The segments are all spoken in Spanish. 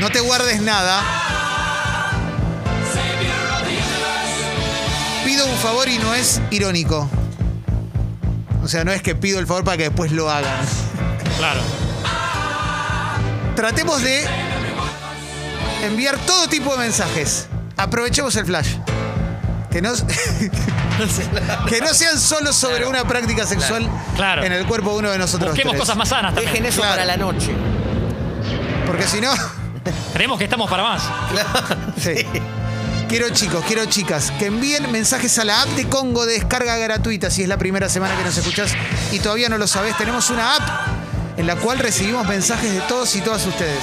No te guardes nada. Pido un favor y no es irónico. O sea, no es que pido el favor para que después lo hagan. Claro. Tratemos de enviar todo tipo de mensajes. Aprovechemos el flash. Que no, que no sean solo sobre una práctica sexual Claro. en el cuerpo de uno de nosotros. Busquemos tres. cosas más sanas también. Dejen eso Claro. para la noche. Porque si no. Creemos que estamos para más. sí. Quiero chicos, quiero chicas, que envíen mensajes a la app de Congo de descarga gratuita. Si es la primera semana que nos escuchás y todavía no lo sabés, tenemos una app en la cual recibimos mensajes de todos y todas ustedes.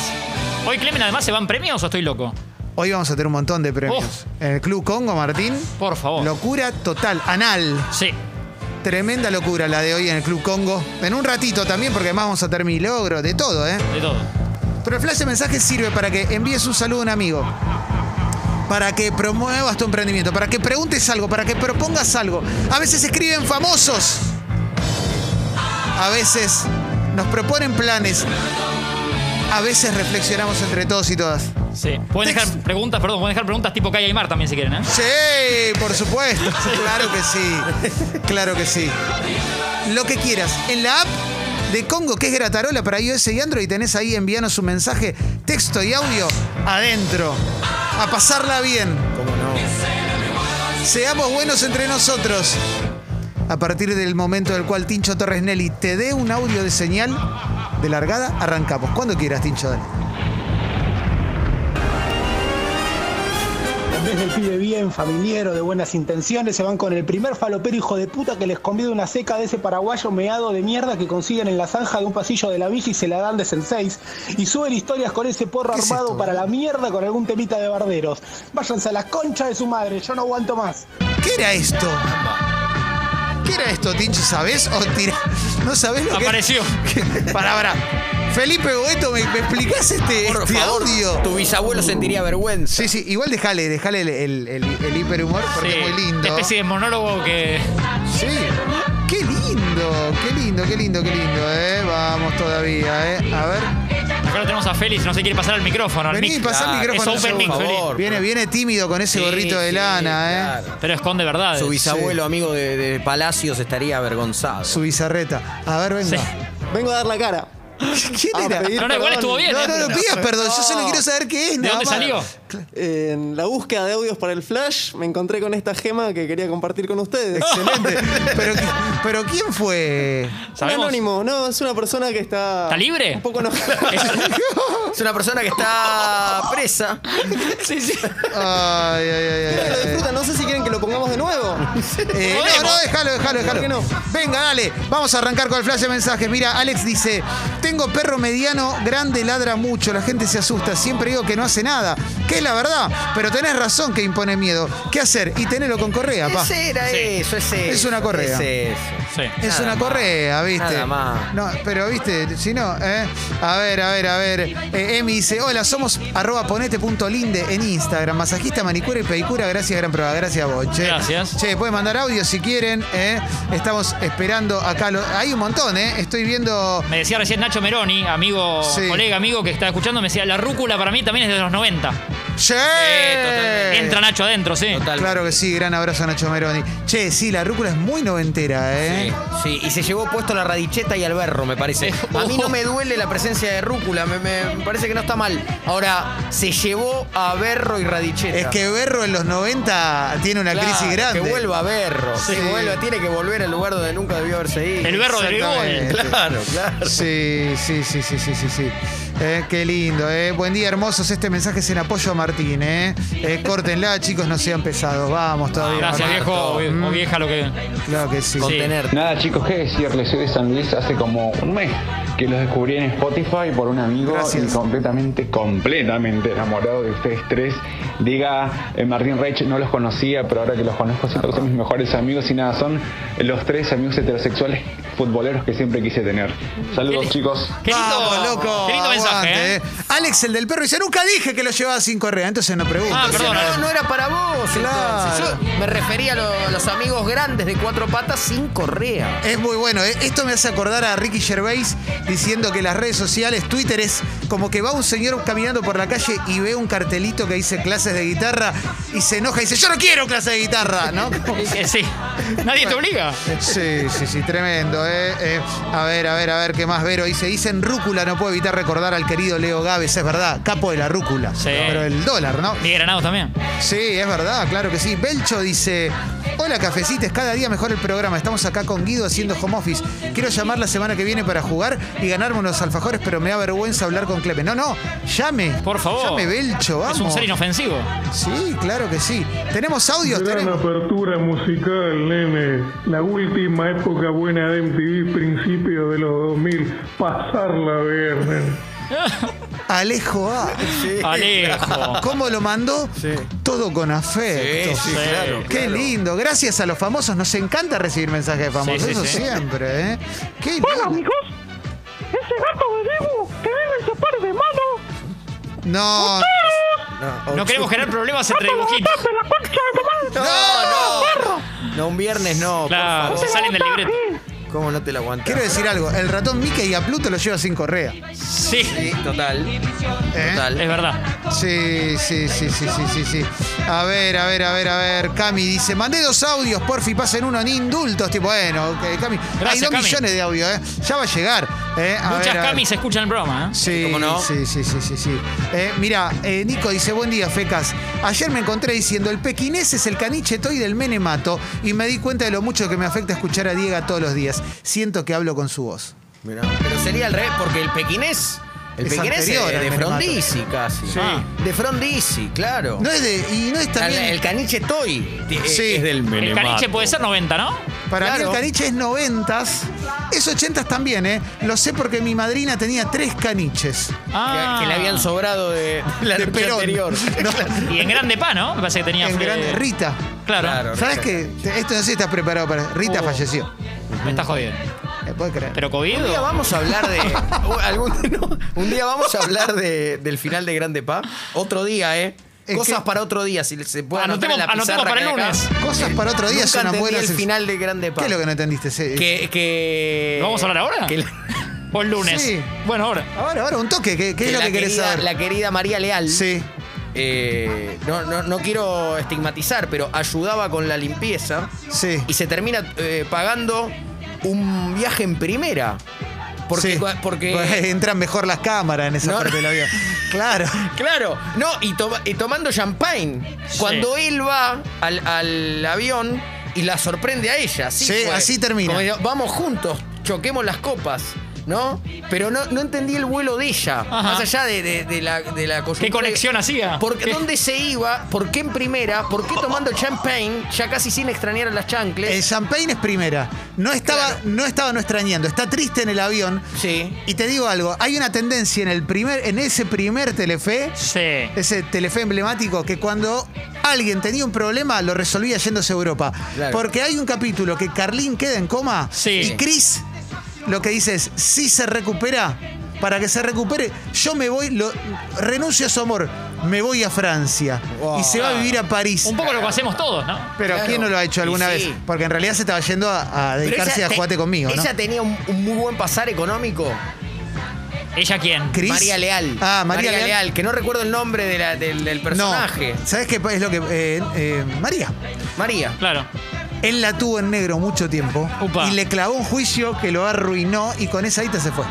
Hoy, Clemen, además, ¿se van premios o estoy loco? Hoy vamos a tener un montón de premios. En el Club Congo, Martín. Por favor. Locura total, anal. Sí. Tremenda locura la de hoy en el Club Congo. En un ratito también, porque además vamos a tener mi logro, de todo, ¿eh? De todo. Pero el flash de mensaje sirve para que envíes un saludo a un amigo, para que promuevas tu emprendimiento, para que preguntes algo, para que propongas algo. A veces escriben famosos, a veces nos proponen planes, a veces reflexionamos entre todos y todas. Sí. Pueden Text- dejar preguntas, perdón, pueden dejar preguntas tipo Calle Aymar también si quieren, ¿eh? Sí, por supuesto. Claro que sí. Claro que sí. Lo que quieras. En la app de Congo, que es Gratarola para iOS y Android, tenés ahí envíanos un mensaje, texto y audio adentro. A pasarla bien. ¿Cómo no? Seamos buenos entre nosotros. A partir del momento del cual Tincho Torres Nelly te dé un audio de señal de largada, arrancamos. Cuando quieras, Tincho, dale. En vez del pibe bien, familiero, de buenas intenciones, se van con el primer falopero hijo de puta que les convida una seca de ese paraguayo meado de mierda que consiguen en la zanja de un pasillo de la villa y se la dan de senseis. Y suben historias con ese porro ¿Qué es armado esto? para la mierda con algún temita de barderos. Váyanse a la concha de su madre, yo no aguanto más. ¿Qué era esto? ¿Qué era esto, Tincho? ¿Sabés? ¿O tira- ¿No sabés lo que Apareció. Pará, pará. Felipe Boeto, ¿me, me explicás este, Por este favor, audio? Uh. tu bisabuelo sentiría vergüenza. Sí, sí, igual dejale, dejale el, el- el- el hiperhumor porque Sí. es muy lindo. Una especie de monólogo que. Sí. Qué lindo, qué lindo, qué lindo, qué lindo, eh. Vamos todavía, eh. A ver. Acá lo tenemos a Félix, no se quiere pasar al micrófono. al Vení, mic. pasá el Claro, micrófono. es open mic, Felipe. por Feli. favor. Viene, viene tímido con ese Sí, gorrito de sí, lana, eh. claro. Pero esconde verdades. Su bisabuelo, amigo de, de Palacios, estaría avergonzado. Su bizarreta. A ver, venga. Sí. Vengo a dar la cara. ¿Quién A era? pedir- No, no, Perdón. igual estuvo bien. No, ¿eh? no lo pidas perdón. Yo solo No. quiero saber qué es, ¿De nada dónde más. salió? En la búsqueda de audios para el flash me encontré con esta gema que quería compartir con ustedes. Excelente. Pero, pero ¿quién fue? Un ¿Sabemos? anónimo, no, es una persona que está. ¿Está libre? Un poco enojada. Es una persona que está presa. Sí, sí. Ay, ay, ay, ay, Pero ay. disfruta, no sé si quieren que lo pongamos de nuevo. Eh, no, Podemos. no, déjalo, déjalo, que déjalo. no? Venga, dale. Vamos a arrancar con el flash de mensajes. Mira, Alex dice: Tengo perro mediano, grande, ladra mucho. La gente se asusta. Siempre digo que no hace nada. Que es la verdad. Pero tenés razón que impone miedo. ¿Qué hacer? Y tenelo con correa, pa. Ese era Sí. eso, ese. Es una correa. Es eso. Sí. Es Nada una más. correa, ¿viste? Nada más. No, pero viste, si no, ¿eh? A ver, a ver, a ver. Eh, Emi dice, hola, somos arroba ponete.linde en Instagram. Masajista, manicura y pedicura. Gracias, gran prueba. Gracias a vos, che. Gracias. Che, pueden mandar audio si quieren, ¿eh? Estamos esperando acá. lo- hay un montón, ¿eh? Estoy viendo... Me decía recién Nacho Meroni, amigo, Sí. colega, amigo que estaba escuchando, me decía, la rúcula para mí también es de los 90. ¡Che! Eh, Entra Nacho adentro, sí. Total. Claro que sí, gran abrazo a Nacho Meroni. Che, sí, la rúcula es muy noventera, ¿eh? Sí, sí, y se llevó puesto la radicheta y al berro, me parece. A mí no me duele la presencia de rúcula, me, me- me parece que no está mal. Ahora, se llevó a berro y radicheta. Es que Berro en los 90 tiene una Claro, crisis grande. Que vuelva a berro. Sí. Que vuelva, tiene que volver al lugar donde nunca debió haberse ido. El berro del Exactamente. gol. Claro, claro. Sí, sí, sí, sí, sí, sí, sí. Eh, qué lindo, eh. Buen día, hermosos. Este mensaje es en apoyo a Martín, eh. Eh, córtenla, chicos, no sean pesados. Vamos todavía. Ah, Gracias, Martín. viejo o vie- o vieja, lo que. Claro que sí. Con- Contener. Nada chicos, qué decirles, soy de San Luis hace como un mes que los descubrí en Spotify por un amigo Gracias. y completamente, completamente enamorado de ustedes tres. Diga, eh, Martín Reich no los conocía, pero ahora que los conozco siento que son mis mejores amigos y nada, son los tres amigos heterosexuales futboleros que siempre quise tener. Saludos, chicos. Qué lindo, Vamos, loco. Qué lindo mensaje, aguante, ¿eh? eh. Alex, el del perro, dice, nunca dije que lo llevaba sin correa, entonces no pregunto. Ah, perdón. No, no era para vos. Claro. entonces. Yo me refería a, lo- a los amigos grandes de cuatro patas sin correa. Es muy bueno. eh. Esto me hace acordar a Ricky Gervais diciendo que las redes sociales, Twitter es como que va un señor caminando por la calle y ve un cartelito que dice clases de guitarra y se enoja y dice, yo no quiero clases de guitarra, ¿no? Eh, Sí. Nadie te obliga. Sí, sí, sí, tremendo. ¿eh? Eh, a ver, a ver, a ver, ¿qué más Vero dice? Dicen rúcula, no puedo evitar recordar al querido Leo Gávez, es verdad, capo de la rúcula. Sí. Pero el dólar, ¿no? Miguel Granados también. Sí, es verdad, claro que sí. Belcho dice, hola cafecites, cada día mejor el programa. Estamos acá con Guido haciendo home office. Quiero llamar la semana que viene para jugar y ganarme unos alfajores, pero me da vergüenza hablar con Clemen. No, no, llame. Por favor. Llame Belcho, vamos. Es un ser inofensivo. Sí, claro que sí. Tenemos audios, Gran tenemos... apertura musical, nene. La última época buena de MTV, principio de los 2000. Pasarla bien, nene. Alejo A. Alejo. ¿Cómo lo mandó? Todo con afecto. sí, claro, Qué lindo. Gracias a los famosos. Nos encanta recibir mensajes de famosos. Sí, sí, Eso sí. siempre, ¿eh? Qué Hola, lindo. amigos. Ese gato de Dibu que vive en su par de manos. No. No queremos generar problemas entre ¡Te lo dibujitos. botaste la concha de tu No, madre! no. No, un viernes no. por Claro, ¡Te favor. lo salen del libreto. botaste! ¿Cómo no te la aguantas? Quiero decir algo, el ratón Mickey y a Pluto lo lleva sin correa. Sí, es Sí, total. ¿eh? Total. verdad. Sí, sí, sí, sí, sí, sí, sí. A ver, a ver, a ver, a ver. Cami dice, mandé dos audios, porfi, pasen uno, ni indultos. Tipo, bueno, ok, Cami. Hay dos Cami. millones de audios, ¿eh? Ya va a llegar. ¿eh? A Muchas ver, a ver. camis escuchan el programa, ¿eh? Sí, ¿Cómo no? sí, sí, sí, sí, sí. Eh, mira, eh, Nico dice, buen día, Fecas. Ayer me encontré diciendo, el pequinés es el caniche toy del menemato y me di cuenta de lo mucho que me afecta escuchar a Diego todos los días. Siento que hablo con su voz. Mirá, Pero sería al revés, porque el pequinés. El Es pequinés es anterior al de Menemato. Frondizi casi. Ah, de Frondizi, claro. No es de, y no es el, también... el caniche Toy eh, Sí. es del El Menemato. caniche puede ser 90, ¿no? Para mí el Claro. caniche es noventas. Es ochentas también, ¿eh? Lo sé porque mi madrina tenía tres caniches. Ah. Que, que le habían sobrado de la De noche Perón. anterior. No, Y en grande pa, ¿no? Me parece que tenía en Fre- grande- Rita. Claro. Claro. ¿Sabes Rita. qué? Te- Esto no sé si estás preparado para. Rita Oh. falleció. Me estás jodiendo. ¿Me puedes creer? ¿Pero Un COVID? día o- vamos a hablar de. u- algún- no, un día vamos a hablar de- del final de Grande Pa. Otro día, ¿eh? Es Cosas que- para otro día, si se puede anotar en la Anotemos- pizarra anotemos para que el hay acá. lunes. Cosas para otro día Nunca son entendí buenas. el final de Grande Pa. ¿Qué es lo que no entendiste? Se- que, que- ¿Lo vamos a hablar ahora? que la- ¿O el lunes? Sí. Bueno, ahora. Ahora, ahora, un toque. ¿Qué, qué es lo la que querés querida, saber? La querida María Leal. Sí. eh, no, no- no quiero estigmatizar, pero ayudaba con la limpieza. Sí. Y se termina eh, pagando un viaje en primera. Porque. Sí. porque Entran mejor las cámaras en esa No. parte del avión. Claro. Claro, no, y, toma- y tomando champagne. Sí. Cuando él va al, al avión y la sorprende a ella. Así Sí, fue. así termina. Como diciendo, vamos juntos, choquemos las copas, ¿no? Pero no, no entendí el vuelo de ella, más allá de, de- de la, de la ¿Qué coyuntura. conexión hacía? ¿Por qué- ¿Qué? ¿Dónde se iba? ¿Por qué en primera? ¿Por qué tomando champagne? Ya casi sin extrañar a las chancles. El champagne es primera. No estaba, Claro. no estaba no extrañando. Está triste en el avión. Sí. Y te digo algo, hay una tendencia en el primer, en ese primer Telefe, Sí. ese Telefe emblemático, que cuando alguien tenía un problema lo resolvía yéndose a Europa. Claro. Porque hay un capítulo que Carlín queda en coma Sí. y Chris lo que dice es, si se recupera, para que se recupere, yo me voy, lo- renuncio a su amor, me voy a Francia y se va a vivir a París. Un poco lo que hacemos todos, ¿no? Pero Claro. ¿quién no lo ha hecho alguna Y vez? sí. Porque en realidad se estaba yendo a, a Pero dedicarse ella a te- jugate conmigo, ¿no? Ella tenía un, un muy buen pasar económico. ¿Ella quién? Cris. María Leal. Ah, María, Leal. que no recuerdo el nombre de la- del, del personaje. No, ¿sabes qué es lo que. eh, eh, María. María. Claro. Él la tuvo en negro mucho tiempo Upa. y le clavó un juicio que lo arruinó y con esa guita se fue.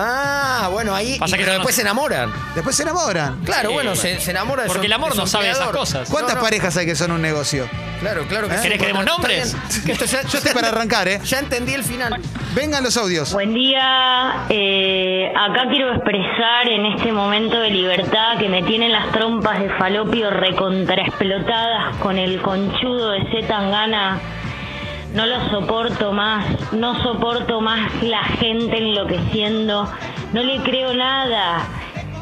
Ah, bueno, ahí. Pasa y- que pero no- después se enamoran. Después se enamoran. Claro, Sí, bueno, bueno. Se, se enamora de Porque su- el amor de su no sabe esas empleador. cosas. ¿Cuántas No, no, parejas hay que son un negocio? Claro, claro que sí. ¿Querés que demos Está nombres? bien. Que esto ya- yo Yo estoy para arrancar, ¿eh? Ya entendí el final. Vengan los audios. Buen día, eh, acá quiero expresar en este momento de libertad que me tienen las trompas de falopio recontraexplotadas con el conchudo de Z Tangana. No lo soporto más, no soporto más la gente enloqueciendo, no le creo nada.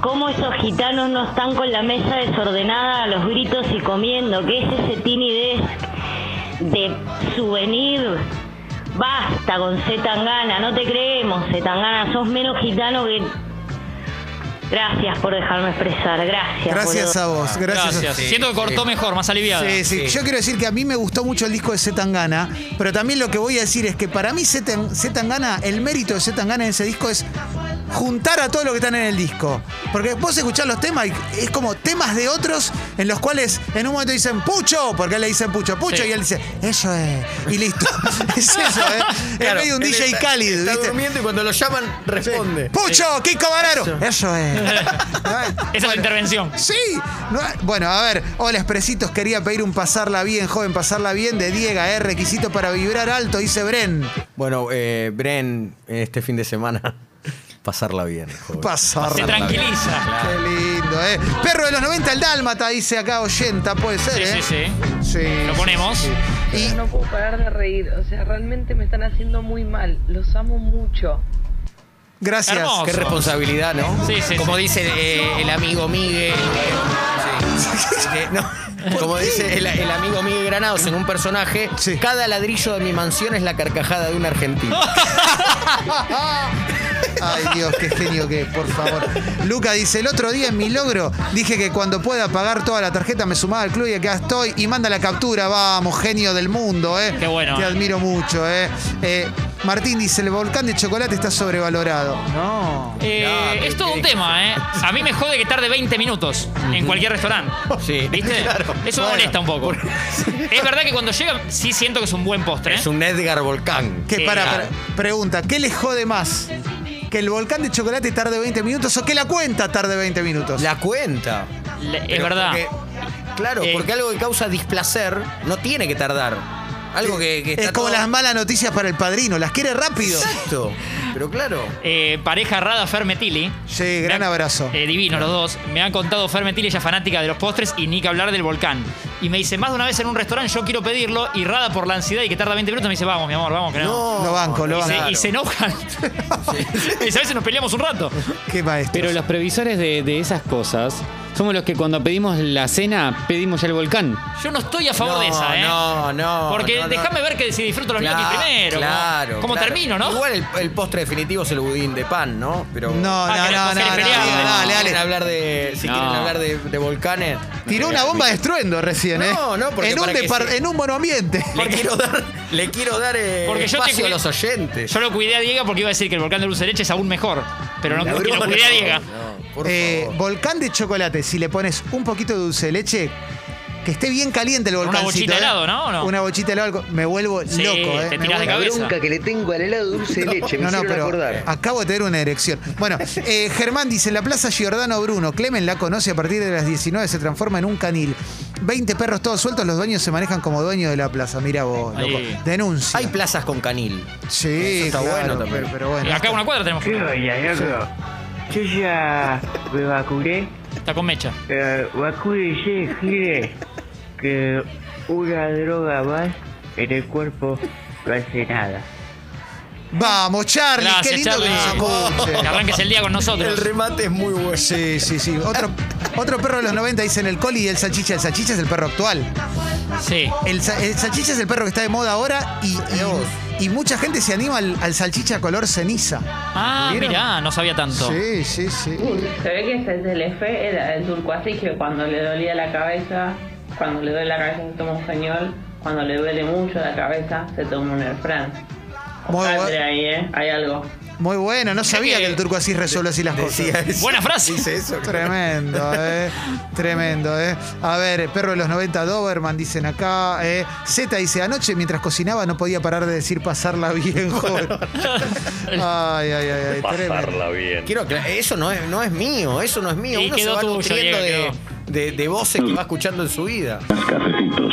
¿Cómo esos gitanos no están con la mesa desordenada a los gritos y comiendo? ¿Qué es ese tinidez de souvenir? Basta con C. Tangana, no te creemos, C. Tangana, sos menos gitano que... Gracias por dejarme expresar, gracias. Gracias boludo. a vos, gracias. a- Gracias. Siento que cortó mejor, más aliviado. Ah, Sí, sí. Yo quiero decir que a mí me gustó mucho el disco de Zetangana, pero también lo que voy a decir es que para mí Zetan- Zetangana, el mérito de Zetangana en ese disco es juntar a todos los que están en el disco. Porque vos escuchás los temas y es como temas de otros en los cuales en un momento dicen Pucho, porque a él le dicen Pucho, Pucho, Sí. y él dice, eso es, y listo. es eso, ¿eh? es Claro, medio un él DJ está- cálido, Está ¿viste? durmiendo y cuando lo llaman responde. ¡Pucho! ¡Kiko Bararo! Eso es. Esa es la intervención. Sí. No, bueno, a ver. Hola, expresitos. Quería pedir un pasarla bien, joven. Pasarla bien de Diega. Es requisito para vibrar alto, dice Bren. Bueno, eh, Bren, este fin de semana, pasarla bien. joven. Pasarla Se tranquiliza. Qué lindo, ¿eh? Perro de los 90, el Dálmata, dice acá 80. Puede ser, Sí, ¿eh? sí, sí. Sí, Lo sí, ponemos. sí, sí. Y No puedo parar de reír, o sea, realmente me están haciendo muy mal, los amo mucho. gracias. Hermoso. Qué responsabilidad, ¿no? Sí, sí, Como sí. dice eh, el amigo Miguel. eh, sí. Eh, no, Como dice el, el amigo Miguel Granados en un personaje, Sí. cada ladrillo de mi mansión es la carcajada de un argentino. Ay, Dios, qué genio que, es, por favor. Luca dice, el otro día en mi logro dije que cuando pueda pagar toda la tarjeta me sumaba al club y acá estoy y manda la captura, vamos, genio del mundo, ¿eh? Qué bueno. Te admiro mucho, ¿eh? Eh, Martín dice, el volcán de chocolate está sobrevalorado. No. Eh, Mirá, es qué- todo un qué- tema, ¿eh? A mí me jode que tarde 20 minutos en cualquier restaurante. Sí, ¿Viste? claro. Eso me Bueno, molesta un poco. Es verdad que cuando llega, sí siento que es un buen postre. ¿eh? Es un Edgar Volcán. Que Eh, para, claro. para- pregunta, ¿qué les jode más? ¿Que el volcán de chocolate tarde 20 minutos o que la cuenta tarde 20 minutos? La cuenta. Le- Es Pero verdad. porque- claro, Eh. porque algo que causa displacer no tiene que tardar. Algo que, que está es como todo- las malas noticias para el padrino, las quiere rápido. Exacto. Pero claro. Eh, pareja Rada Fermetili. Sí, gran abrazo. Eh, divino los dos. Me han contado Fermetili, ella fanática de los postres y ni que hablar del volcán. Y me dice, más de una vez en un restaurante yo quiero pedirlo y Rada por la ansiedad y que tarda 20 minutos me dice, vamos, mi amor, vamos, que no. Lo banco, lo y, banco. se, y se enojan. y a veces nos peleamos un rato. Qué maestro. Pero los previsores de, de esas cosas somos los que cuando pedimos la cena pedimos ya el volcán. Yo no estoy a favor no, de esa, ¿eh? No, no. Porque no, no. déjame ver que si disfruto los Claro, ñoquis primero. como- Claro. Como claro. termino, ¿no? Igual el, el postre definitivo es el budín de pan, ¿no? Pero. No, Ah, no, que la no, no, cosa no, le peleaba. no, Si dale, Ah, quieren dale. hablar de, si No. quieren hablar de, de volcanes. Tiró una bomba de estruendo recién, ¿eh? No, no, porque en un, para que depar- se- en un monoambiente. Le quiero dar, le quiero dar eh, Porque yo te espacio cuido- a los oyentes. Yo lo cuidé a Diego porque iba a decir que el volcán de Dulce de Leche es aún mejor. Pero no, La y lo broma, cuidé a no, Diego. no, por Eh, favor. volcán de chocolate, si le pones un poquito de dulce de leche, que esté bien caliente el una volcancito. bochita de ¿eh? helado, ¿no? ¿O no? Una bochita de helado, algo- me vuelvo Sí, loco, ¿eh? te Me tirás de vuelvo- cabeza. que le tengo al helado dulce de leche, No, no, pero acabo de tener una erección. Bueno, eh, Germán dice, la Plaza Giordano Bruno, Clemen la conoce a partir de las 19, se transforma en un canil. 20 perros todos sueltos, los dueños se manejan como dueños de la plaza. Mirá vos, loco. Ahí. Denuncia. Hay plazas con canil. sí, Eso está claro, bueno también. Pero, pero bueno. Y acá una cuadra tenemos. ¿Qué oye, loco? Yo ya me vacuné, Está con mecha. eh, vacúnese, gire, que una droga más en el cuerpo no hace nada. Vamos, Charlie, Gracias, qué lindo Charlie. que nos Que escuche. arranques el día con El nosotros. remate es muy bueno. Sí, sí, sí. Otro, otro perro de los 90 dicen el coli y el salchicha. El salchicha es el perro actual. Sí. El, sa- el salchicha es el perro que está de moda ahora y, y, y mucha gente se anima al, al salchicha color ceniza. Ah, ¿Vieron? mirá, no sabía tanto. Sí, sí, sí. Se ve que ese es el F, era el turco así, que cuando le dolía la cabeza, cuando le duele la cabeza se toma un geniol, cuando le duele mucho la cabeza se toma un Airfran. Muy, bu- Padre ahí, ¿eh? Hay algo. muy bueno. No sabía que- que el turco así resuelve así las cosas. Decía eso. Buena frase. Dice eso. Tremendo, ¿eh? Tremendo, ¿eh? A ver, perro de los 90, Doberman, dicen acá. ¿eh? Z dice, anoche mientras cocinaba no podía parar de decir pasarla bien, joven. Ay, ay, ay, ay, tremendo. bien. Quiero aclarar, eso no es, no es mío, eso no es mío. Sí, Uno se quedó va tuyo, nutriendo Diego, de, de- de voces que va escuchando en su vida. Cafecitos.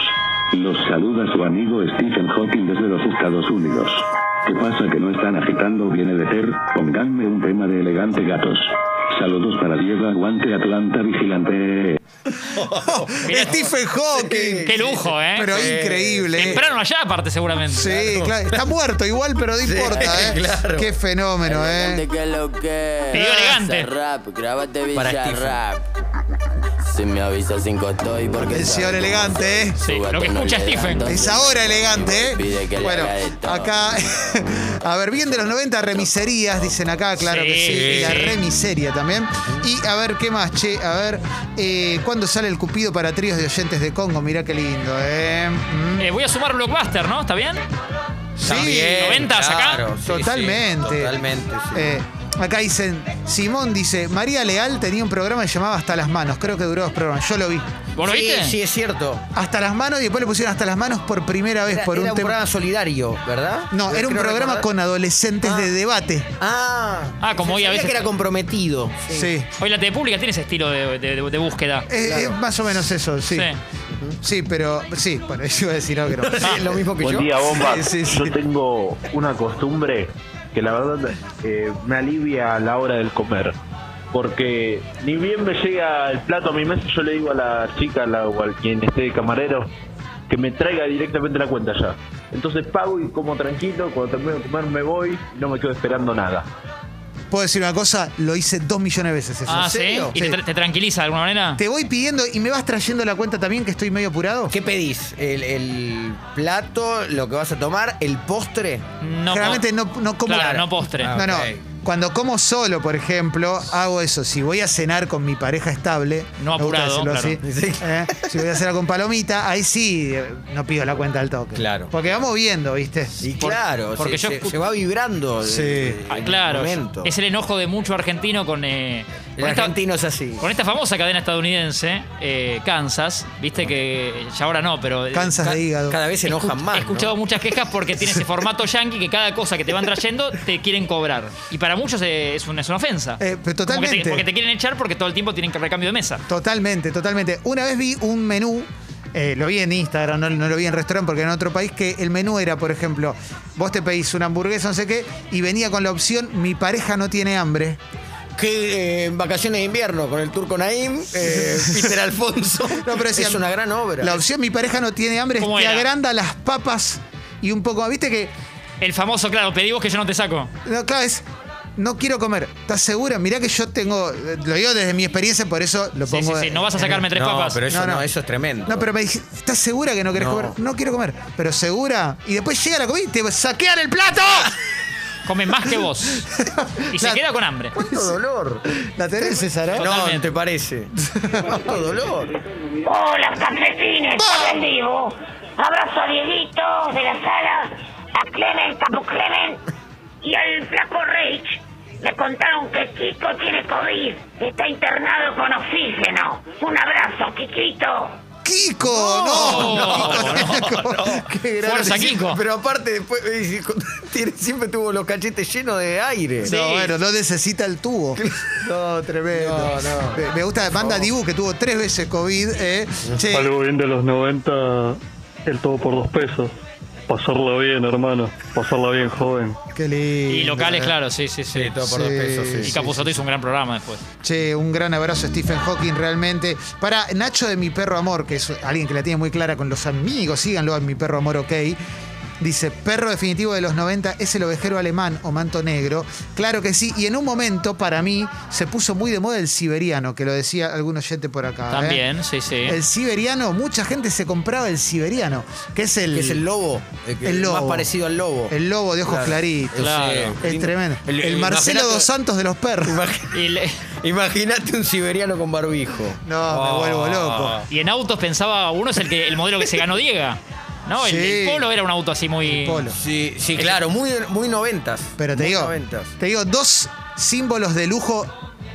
Los saluda su amigo Stephen Hawking desde los Estados Unidos. ¿Qué pasa que no están agitando? Viene de Ter. Pónganme un tema de elegante gatos. Saludos para Diego Aguante Atlanta Vigilante. Stephen Hawking. Qué lujo, ¿eh? Pero Sí. increíble. ¿eh? Temprano allá, aparte, seguramente. Sí, claro. Está muerto igual, pero no importa, ¿eh? claro. Qué fenómeno, ¿eh? que lo que Pidió elegante. rap, grabate Para Stephen. rap. Si me avisa cinco estoy porque. Atención elegante, ¿eh? Sí, lo que escucha Stephen. Es ahora elegante, ¿eh? Bueno, acá, a ver, bien de los 90, remiserías, dicen acá, claro Sí, que sí. Y la sí. remiseria también. Y a ver, ¿qué más, che? A ver, eh, ¿cuándo sale el Cupido para tríos de oyentes de Congo? Mirá qué lindo, ¿eh? Mm. Eh, voy a sumar Blockbuster, ¿no? ¿Está bien? Sí, También, 90s acá. claro, sí, sí, Totalmente. totalmente, sí. Eh, acá dicen, Simón dice, María Leal tenía un programa que llamaba Hasta las Manos. Creo que duró dos programas. Yo lo vi. ¿Vos lo Sí, viste? Sí, es cierto. Hasta las manos y después le pusieron hasta las manos por primera vez Era, por era un un tema. programa solidario, ¿verdad? No, era un Creo programa recordar. con adolescentes de debate. Ah, Ah, como se hoy a sabía veces- que era comprometido. Sí. Hoy la TV pública tiene ese estilo de, de- de- de búsqueda. Eh, eh, más o menos eso, sí. Sí, pero sí, bueno, yo iba a decir algo que no. Ah. Sí, lo mismo que Buen yo. día, bomba. Sí, sí, sí. Yo tengo una costumbre que la verdad eh, me alivia a la hora del comer. Porque ni bien me llega el plato a mi mesa, yo le digo a la chica la- o al quien esté de camarero que me traiga directamente la cuenta ya. Entonces pago y como tranquilo, cuando termino de comer me voy y no me quedo esperando nada. Puedo decir una cosa, lo hice dos millones de veces. Eso. Ah, ¿sí? ¿Y te, tra- te tranquiliza de alguna manera? Te voy pidiendo y me vas trayendo la cuenta también que estoy medio apurado. ¿Qué pedís? ¿El, el plato, lo que vas a tomar, el postre? No, Generalmente po- no, no como. Claro, no postre. No, no. Cuando como solo, por ejemplo, hago eso. Si voy a cenar con mi pareja estable, No me gusta apurado, decirlo así, ¿eh? Si voy a cenar con palomita, ahí sí eh, no pido la cuenta al toque. Claro. Porque vamos viendo, ¿viste? Y claro, porque porque yo se, escu- se va vibrando. el- Sí. el- Ah, el claro. momento. Es el enojo de mucho argentino con, eh, El con esta- argentino es así. Con esta famosa cadena estadounidense, eh, Kansas, viste que ya ahora no, pero. Cansas de hígado. Cada vez se Escu- enojan más. He escuchado ¿no? muchas quejas porque tiene ese formato yankee que cada cosa que te van trayendo te quieren cobrar. Y para muchos eh, es una, es una ofensa. Eh, pero Como que te- totalmente. porque te quieren echar porque todo el tiempo tienen que recambio de mesa. Totalmente, totalmente. Una vez vi un menú, eh, lo vi en Instagram, no, no lo vi en restaurante porque era en otro país, que el menú era, por ejemplo, vos te pedís una hamburguesa, no sé qué, y venía con la opción, mi pareja no tiene hambre. Que eh, en vacaciones de invierno con el turco Naim, eh, Peter Alfonso. No, pero decía, es una gran obra. La opción, mi pareja no tiene hambre, es ¿Cómo que era? agranda las papas y un poco, viste que, El famoso, claro, pedí vos que yo no te saco. no, claro, es... No quiero comer, ¿estás segura? Mirá que yo tengo, eh, lo digo desde mi experiencia, por eso lo Sí, pongo. sí, sí, en- no vas a en- sacarme tres no, papas. pero eso No, no, no. eso es tremendo. No, pero me dije, ¿estás segura que no querés No. comer? No quiero comer. Pero segura. Y después llega la comida y te saquean el plato. Come más que vos. Y se Claro. queda con hambre. ¿Cuánto dolor? La tenés, César. ¿eh? No, Totalmente. ¿te parece? ¿Cuánto dolor? ¡Hola, cafecines! ¡Estamos en vivo! Abrazo a Dieguito de la sala, a Clement, a Papu Clement y al flaco Rich. Me contaron que Kiko tiene COVID. Está internado con oxígeno. Un abrazo, Kikito. Kiko, Oh, no. No, Kiko, Qué gran- Fuerza, Sí, Kiko. Pero aparte, después eh, tiene- siempre tuvo los cachetes llenos de aire. Sí. No, bueno, no necesita el tubo. No, tremendo. No, no. Me- Me gusta, manda Dibu que tuvo tres veces COVID. ¿eh? Che, Algo bien de los 90, el todo por dos pesos. Pasarla bien, hermano. Pasarla bien, joven. qué lindo. Y locales, claro, sí, sí, sí. todo por dos Sí, pesos, sí, y sí, Capuzotto hizo un gran programa después. Che, un gran abrazo a Stephen Hawking, realmente. Para Nacho de Mi Perro Amor, que es alguien que la tiene muy clara con los amigos, síganlo a Mi Perro Amor, ok. Dice, perro definitivo de los 90 es el ovejero alemán o manto negro. Claro que sí, y en un momento, para mí, se puso muy de moda el siberiano, que lo decía algún oyente por acá. ¿eh? También, sí, sí. El siberiano, mucha gente se compraba el siberiano, que es el, Que es el lobo. eh, que El es lobo. Más parecido al lobo. el lobo de ojos Claro. claritos. Claro. Es tremendo. El, El- el Marcelo imaginato- dos Santos de los perros. Y, le- Imagínate un siberiano con barbijo. No, me vuelvo loco. y en autos pensaba, uno es el, que, el modelo que se ganó Diega. ¿No? El, Sí. el Polo era un auto así muy. Polo. Sí, sí, claro, muy, muy noventas. Pero te Muy digo, noventas. te digo, dos símbolos de lujo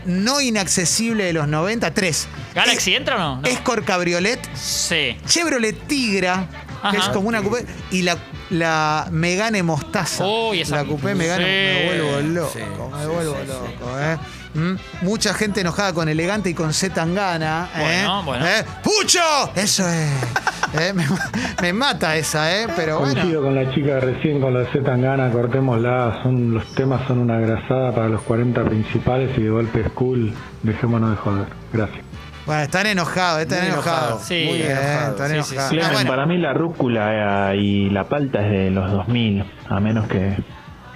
no inaccesible de los 90, tres. ¿Galaxy entra o no? No. Escort Cabriolet, Sí. Chevrolet Tigra, Ajá. que es como una coupé, y la, la Megane Mostaza. Uy, esa- la coupé Megane, Sí. me vuelvo loco, Sí, me sí, vuelvo sí, loco, ¿eh? Mm, Mucha gente enojada con Elegante y con Z Tangana. ¿eh? Bueno, bueno. ¿Eh? ¡Pucho! Eso es. ¿eh? me, ma- me mata esa, ¿eh? Pero bueno. Coincido con la chica de recién, con la Z Tangana, cortémosla, son, los temas son una grasada para los 40 principales y de golpe es cool, dejémonos de joder. Gracias. Bueno, están enojados, están Muy enojados. enojado, Sí. muy Eh, enojado. están sí, sí, enojados. Clemen, Ah, bueno. para mí la rúcula eh, y la palta es de los 2000, a menos que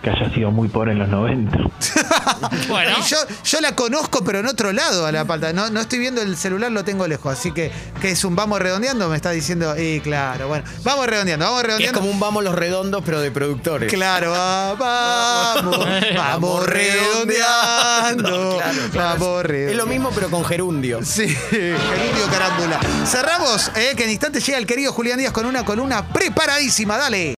que haya sido muy pobre en los 90. Y Yo, yo la conozco, pero en otro lado a la palta. No, no estoy viendo el celular, lo tengo lejos. Así que, que es un vamos redondeando, me está diciendo. Y claro, bueno. Vamos redondeando, vamos Que es redondeando. como un vamos los redondos, pero de productores. Claro, va- vamos, vamos redondeando. Vamos redondeando. Es lo mismo, pero con gerundio. Sí, gerundio carámbula. Cerramos, eh, que en instante llega el querido Julián Díaz con una columna preparadísima. Dale.